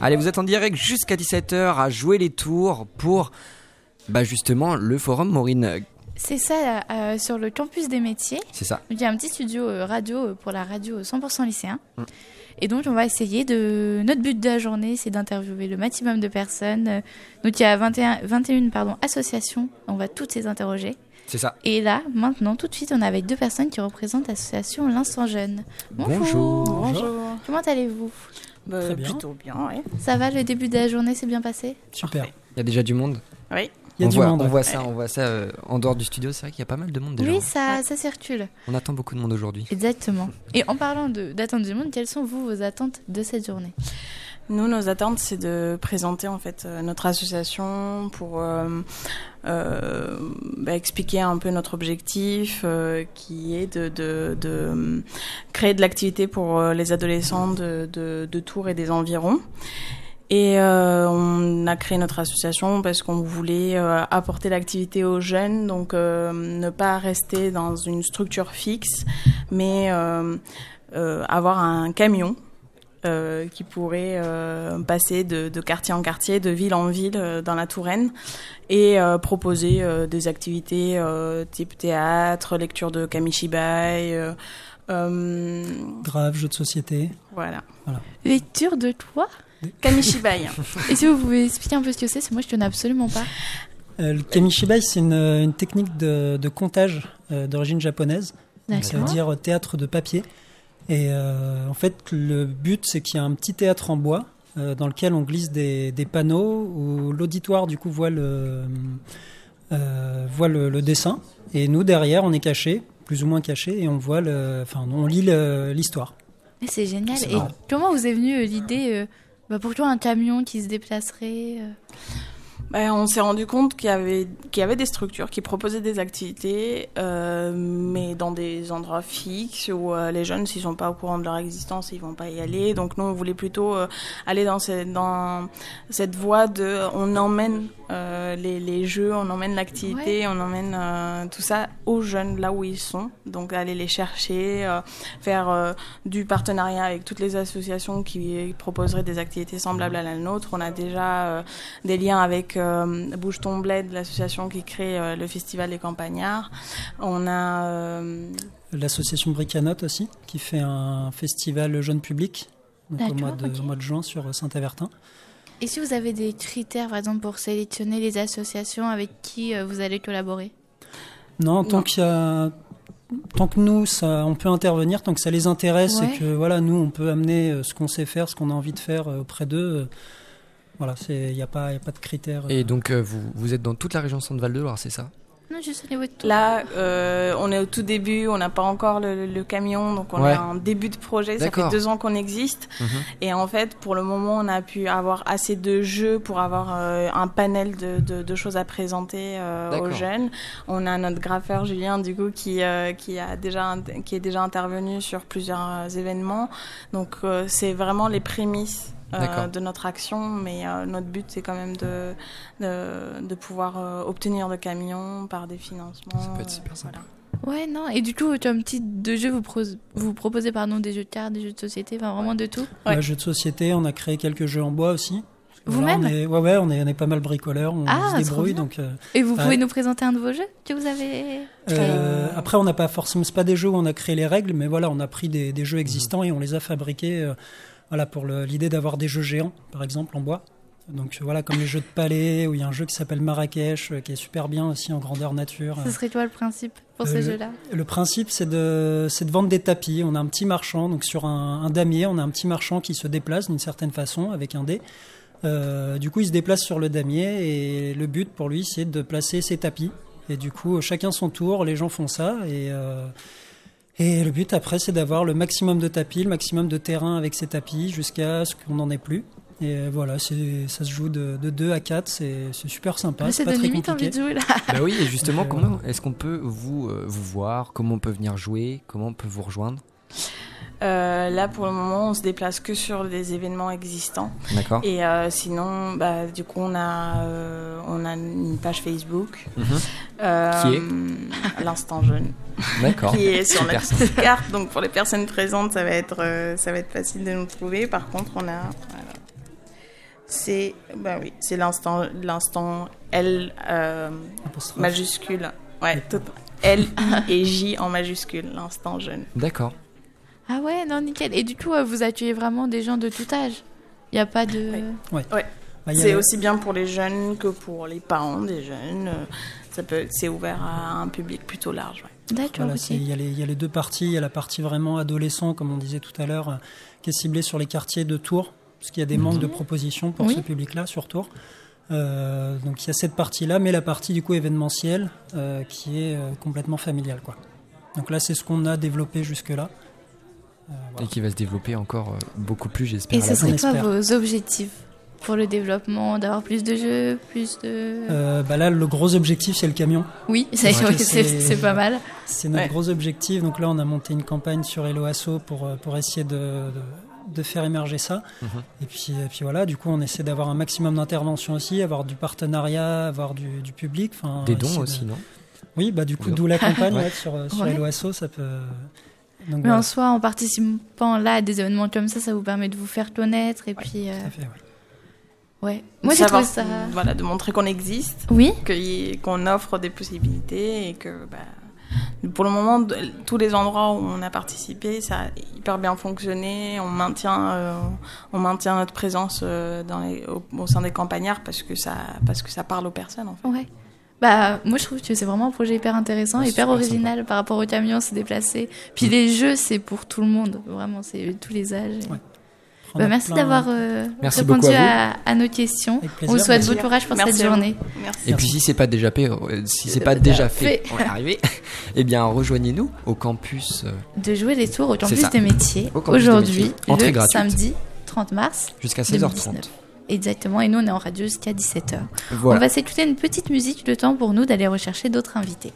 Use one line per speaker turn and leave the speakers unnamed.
Allez, vous êtes en direct jusqu'à 17h à jouer les tours pour bah justement le forum Maureen.
C'est ça, euh, sur le campus des métiers.
C'est ça.
Il y a un petit studio euh, radio euh, pour la radio 100% lycéen.
Mm.
Et donc, on va essayer de. Notre but de la journée, c'est d'interviewer le maximum de personnes. Euh, Donc, il y a 21, 21 pardon, associations. On va toutes les interroger.
C'est ça.
Et là, maintenant, tout de suite, on est avec deux personnes qui représentent l'association L'Instant Jeune.
Bonjour.
Bonjour.
Comment allez-vous
Bah,
Très bien.
Plutôt bien, ouais.
Ça va, le début de la journée s'est bien passé
Super.
Il y a déjà du monde.
Oui.
Il y a
on
du
voit,
monde.
On voit ça, on voit ça euh, en dehors du studio. C'est vrai qu'il y a pas mal de monde déjà.
Oui, ça, ça circule.
On attend beaucoup de monde aujourd'hui.
Exactement. Et en parlant de- d'attente du monde, quelles sont, vous, vos attentes de cette journée
Nous, nos attentes, c'est de présenter en fait euh, notre association pour euh, euh, bah, expliquer un peu notre objectif, euh, qui est de, de, de euh, créer de l'activité pour euh, les adolescents de, de, de Tours et des environs. Et euh, on a créé notre association parce qu'on voulait euh, apporter l'activité aux jeunes, donc euh, ne pas rester dans une structure fixe, mais euh, euh, avoir un camion euh, qui pourrait euh, passer de, de quartier en quartier, de ville en ville euh, dans la Touraine et euh, proposer euh, des activités euh, type théâtre, lecture de Kamishibai. euh, euh,
Grave, jeu de société.
voilà.
Lecture de toi
Kamishibai.
Est-ce que vous pouvez expliquer un peu ce que c'est Parce que moi, je ne connais absolument pas.
Euh, le kamishibai, c'est une, une technique de, de comptage euh, d'origine japonaise. Donc, Ça veut
D'accord.
dire euh, théâtre de papier. Et euh, en fait, le but, c'est qu'il y a un petit théâtre en bois euh, dans lequel on glisse des, des panneaux où l'auditoire, du coup, voit le, euh, voit le, le dessin. Et nous, derrière, on est caché, plus ou moins caché, et on voit le, enfin, on lit le- l'histoire.
Mais Eh, C'est génial.
C'est
Et
marrant.
comment vous est venue euh, l'idée euh, bah, Pourquoi un camion qui se déplacerait euh,
Ben, on s'est rendu compte qu'il y avait qu'il y avait des structures qui proposaient des activités, euh, mais dans des endroits fixes où euh, les jeunes s'ils sont pas au courant de leur existence, ils vont pas y aller. Donc nous on voulait plutôt euh, aller dans cette dans cette voie de on emmène euh, les les jeux, on emmène l'activité, on emmène euh, tout ça aux jeunes là où ils sont. Donc aller les chercher, euh, faire euh, du partenariat avec toutes les associations qui proposeraient des activités semblables à la nôtre. On a déjà euh, des liens avec euh, Bouge ton Bled, l'association qui crée euh, le festival des campagnards. On a euh,
L'association Bricanote aussi, qui fait un festival jeune public donc au,
D'accord,
mois de,
ok.
au mois de juin sur euh, Saint-Avertin.
Et si vous avez des critères, par exemple, pour sélectionner les associations avec qui euh, vous allez collaborer
Non, tant
Non.
qu'il y a- Tant que nous, ça, on peut intervenir, tant que ça les intéresse
Ouais.
et que voilà, nous, on peut amener euh, ce qu'on sait faire, ce qu'on a envie de faire euh, auprès d'eux. euh, Voilà, il n'y a, pas y a pas de critères. euh.
Et donc euh, vous, vous êtes dans toute la région Centre-Val de Loire, c'est ça
Non, juste au niveau de toi.
là, euh, on est au tout début, on n'a pas encore le, le camion, donc on
Ouais.
a un début de projet. Ça
D'accord.
fait deux ans qu'on existe.
Mhm.
Et en fait, pour le moment, on a pu avoir assez de jeux pour avoir euh, un panel de, de- de choses à présenter euh,
D'accord.
aux jeunes. On a notre graffeur Julien, du coup, qui, euh, qui, a déjà, int- qui est déjà intervenu sur plusieurs euh, événements. Donc, euh, c'est vraiment les prémices. euh,
D'accord.
de notre action, mais euh, notre but c'est quand même de, de, de pouvoir euh, obtenir le camion par des financements.
Ça peut être
euh,
super sympa.
Ouais, non. Et du coup, comme type de jeu, vous, pros- vous proposez pardon, des jeux de cartes, des jeux de société, enfin vraiment de tout
Ouais,
ouais.
jeux de société, on a créé quelques jeux en bois aussi. Parce que,
Vous-même
on est- Ouais, ouais, on est, on est pas mal bricoleurs, on
Ah,
se
trop
débrouille.
bien.
Donc, euh,
Et vous
Ouais.
pouvez nous présenter un de vos jeux que vous avez créé
euh, après, on n'a pas forcément, c'est pas des jeux où on a créé les règles, mais voilà, on a pris des, des jeux existants et on les a fabriqués. euh, voilà, pour le- l'idée d'avoir des jeux géants, par exemple, en bois. Donc voilà, comme les jeux de palais, où il y a un jeu qui s'appelle Marrakech, euh, qui est super bien aussi en grandeur nature.
Ce serait quoi le principe pour
Euh,
ce
le-
jeu-là
Le principe, c'est de, c'est de vendre des tapis. On a un petit marchand, donc sur un, un damier, on a un petit marchand qui se déplace d'une certaine façon avec un dé. Euh, du coup, il se déplace sur le damier et le but pour lui, c'est de placer ses tapis. Et du coup, chacun son tour, les gens font ça. Et, euh, et le but après, c'est d'avoir le maximum de tapis, le maximum de terrain avec ses tapis jusqu'à ce qu'on n'en ait plus. Et euh, voilà, c'est- ça se joue de, 2 à 4, c'est c'est super sympa.
Mais Ça
pas
donne
très
limite envie
compliqué.
de jouer là.
Bah oui, et justement,
Euh,
comment est-ce qu'on peut vous, euh, vous voir Comment on peut venir jouer Comment on peut vous rejoindre
Euh, là, pour le moment, on se déplace que sur des événements existants.
D'accord
Et euh, sinon, bah, du coup, on a, euh, on a une page Facebook.
Mhm.
Euh,
Qui
L'instant jeune.
D'accord.
Qui est sur
Super.
la petite carte. Donc, pour les personnes présentes, ça va être, euh, ça va être facile de nous trouver. Par contre, on a. voilà. C'est bah oui, c'est l'instant l'instant L euh,
Apostrophe.
Bah,
majuscule. Ouais, tout- L I et J en majuscule, l'instant jeune.
D'accord.
Ah ouais, non, nickel. Et du coup, euh, vous accueillez vraiment des gens de tout âge Il n'y a pas de...
Oui.
Bah, il y a
C'est
le-
aussi bien pour les jeunes que pour les parents des jeunes. Euh, Ça peut c'est ouvert à un public plutôt large. ouais.
D'accord,
Voilà,
ok.
c'est- il, y a les, il y a les deux parties. Il y a la partie vraiment adolescent, comme on disait tout à l'heure, euh, qui est ciblée sur les quartiers de Tours, parce qu'il y a des manques de propositions pour
Oui.
ce public-là sur Tours. Euh, donc il y a cette partie-là, mais la partie du coup événementielle euh, qui est euh, complètement familiale. Quoi. Donc là, c'est ce qu'on a développé jusque-là. Euh, voilà.
Et qui va se développer encore euh, beaucoup plus, j'espère.
Et
à
ce
la
serait
fin.
quoi
espère.
vos objectifs pour le développement D'avoir plus de jeux, plus de...
Euh, bah là, le gros objectif, c'est le camion.
oui, c'est
ouais,
oui, c'est-
c'est-
c'est pas mal.
C'est notre
Ouais.
gros objectif. Donc là, on a monté une campagne sur Eloasso pour, euh, pour essayer de, de- de faire émerger ça.
Mhm.
et, puis, et puis voilà, du coup, on essaie d'avoir un maximum d'interventions aussi, avoir du partenariat, avoir du, du public. Enfin,
Des
essayer
dons
de-
aussi, non
Oui, bah du coup,
Des dons.
d'où la campagne
Ouais.
ouais, sur, euh, sur
Ouais.
Eloasso, ça peut. euh, Donc,
Mais
voilà,
en soi, en participant là à des événements comme ça, ça vous permet de vous faire connaître et puis... euh,
tout à fait, ouais.
ouais. Moi, j'ai
Savoir-
trouvé ça...
Voilà, de montrer qu'on existe.
Oui
que y- qu'on offre des possibilités et que bah, pour le moment de- tous les endroits où on a participé ça a hyper bien fonctionné on maintient euh, on maintient notre présence euh, dans les, au, au sein des campagnards parce que ça parce que ça parle aux personnes en fait.
Ouais. Bah, moi je trouve que c'est vraiment un projet hyper intéressant,
Ouais, c'est
hyper
super
original par rapport au camion, c'est déplacé.
Mm.
Puis les jeux, c'est pour tout le monde, vraiment, c'est tous les âges. Et-
Ouais. On
Bah,
a
merci
plein-
d'avoir euh,
Merci
répondu
beaucoup à
à, à nos questions.
Avec
On
plaisir,
vous souhaite
merci.
bon courage pour
Merci
cette
à vous.
journée.
merci
Et puis si c'est pas déjà fait, euh, si c'est pas déjà fait, on est arrivé. Eh bien, rejoignez-nous au campus euh,
De jouer les tours au
C'est
campus
ça.
des métiers
Au campus des
aujourd'hui,
métiers. Entrée
le
gratuite.
samedi 30 mars
jusqu'à 16h30.
2019. Exactement, et nous on est en radio jusqu'à 17h. On
Voilà.
va s'écouter une petite musique, le temps pour nous d'aller rechercher d'autres invités.